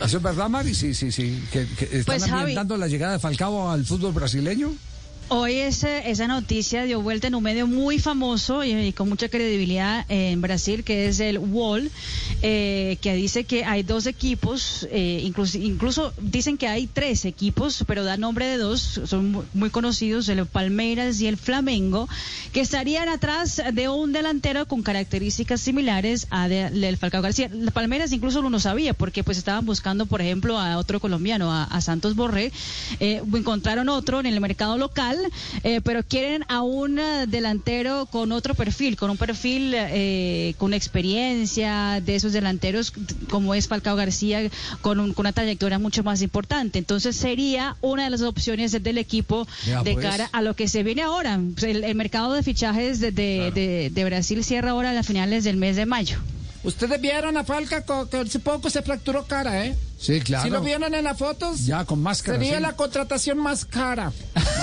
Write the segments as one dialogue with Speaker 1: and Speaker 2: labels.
Speaker 1: ¿Eso es verdad, Mari? Sí, sí, sí. ¿Que, que están
Speaker 2: Pues, Javi-
Speaker 1: ambientando la llegada de Falcao al fútbol brasileño?
Speaker 2: Hoy ese- esa noticia dio vuelta en un medio muy famoso y, y con mucha credibilidad en Brasil, que es el Wall, eh, que dice que hay dos equipos, eh, incluso, incluso dicen que hay tres equipos, pero da nombre de dos, son mu- muy conocidos, el Palmeiras y el Flamengo, que estarían atrás de un delantero con características similares a de- del Falcao García. El Palmeiras incluso uno sabía, porque pues estaban buscando, por ejemplo, a otro colombiano, a, a Santos Borré, eh, encontraron otro en el mercado local, eh, pero quieren a un eh, delantero con otro perfil, con un perfil eh, con experiencia de esos delanteros como es Falcao García, con, un- con una trayectoria mucho más importante. Entonces sería una de las opciones del equipo
Speaker 1: Vea,
Speaker 2: de
Speaker 1: pues.
Speaker 2: cara a lo que se viene ahora. Pues, El, el mercado de fichajes de, de- de- de Brasil cierra ahora a finales del mes de mayo.
Speaker 3: Ustedes vieron a Falca co- que hace poco se fracturó cara, ¿eh?
Speaker 1: Sí, claro.
Speaker 3: Si lo vieron en las fotos,
Speaker 1: Ah, Ya, con máscara.
Speaker 3: sería
Speaker 1: sí.
Speaker 3: la contratación más cara.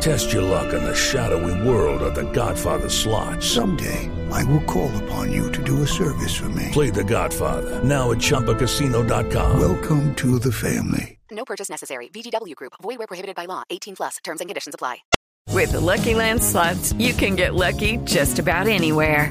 Speaker 4: Test your luck in the shadowy world of The Godfather slot.
Speaker 5: Someday, I will call upon you to do a service for me.
Speaker 4: Play The Godfather now at ChumbaCasino.com.
Speaker 5: Welcome to the family.
Speaker 6: No purchase necessary. VGW Group. Void where prohibited by law. 18 plus. Terms and conditions apply. With the Lucky Land slots, you can get lucky just about anywhere.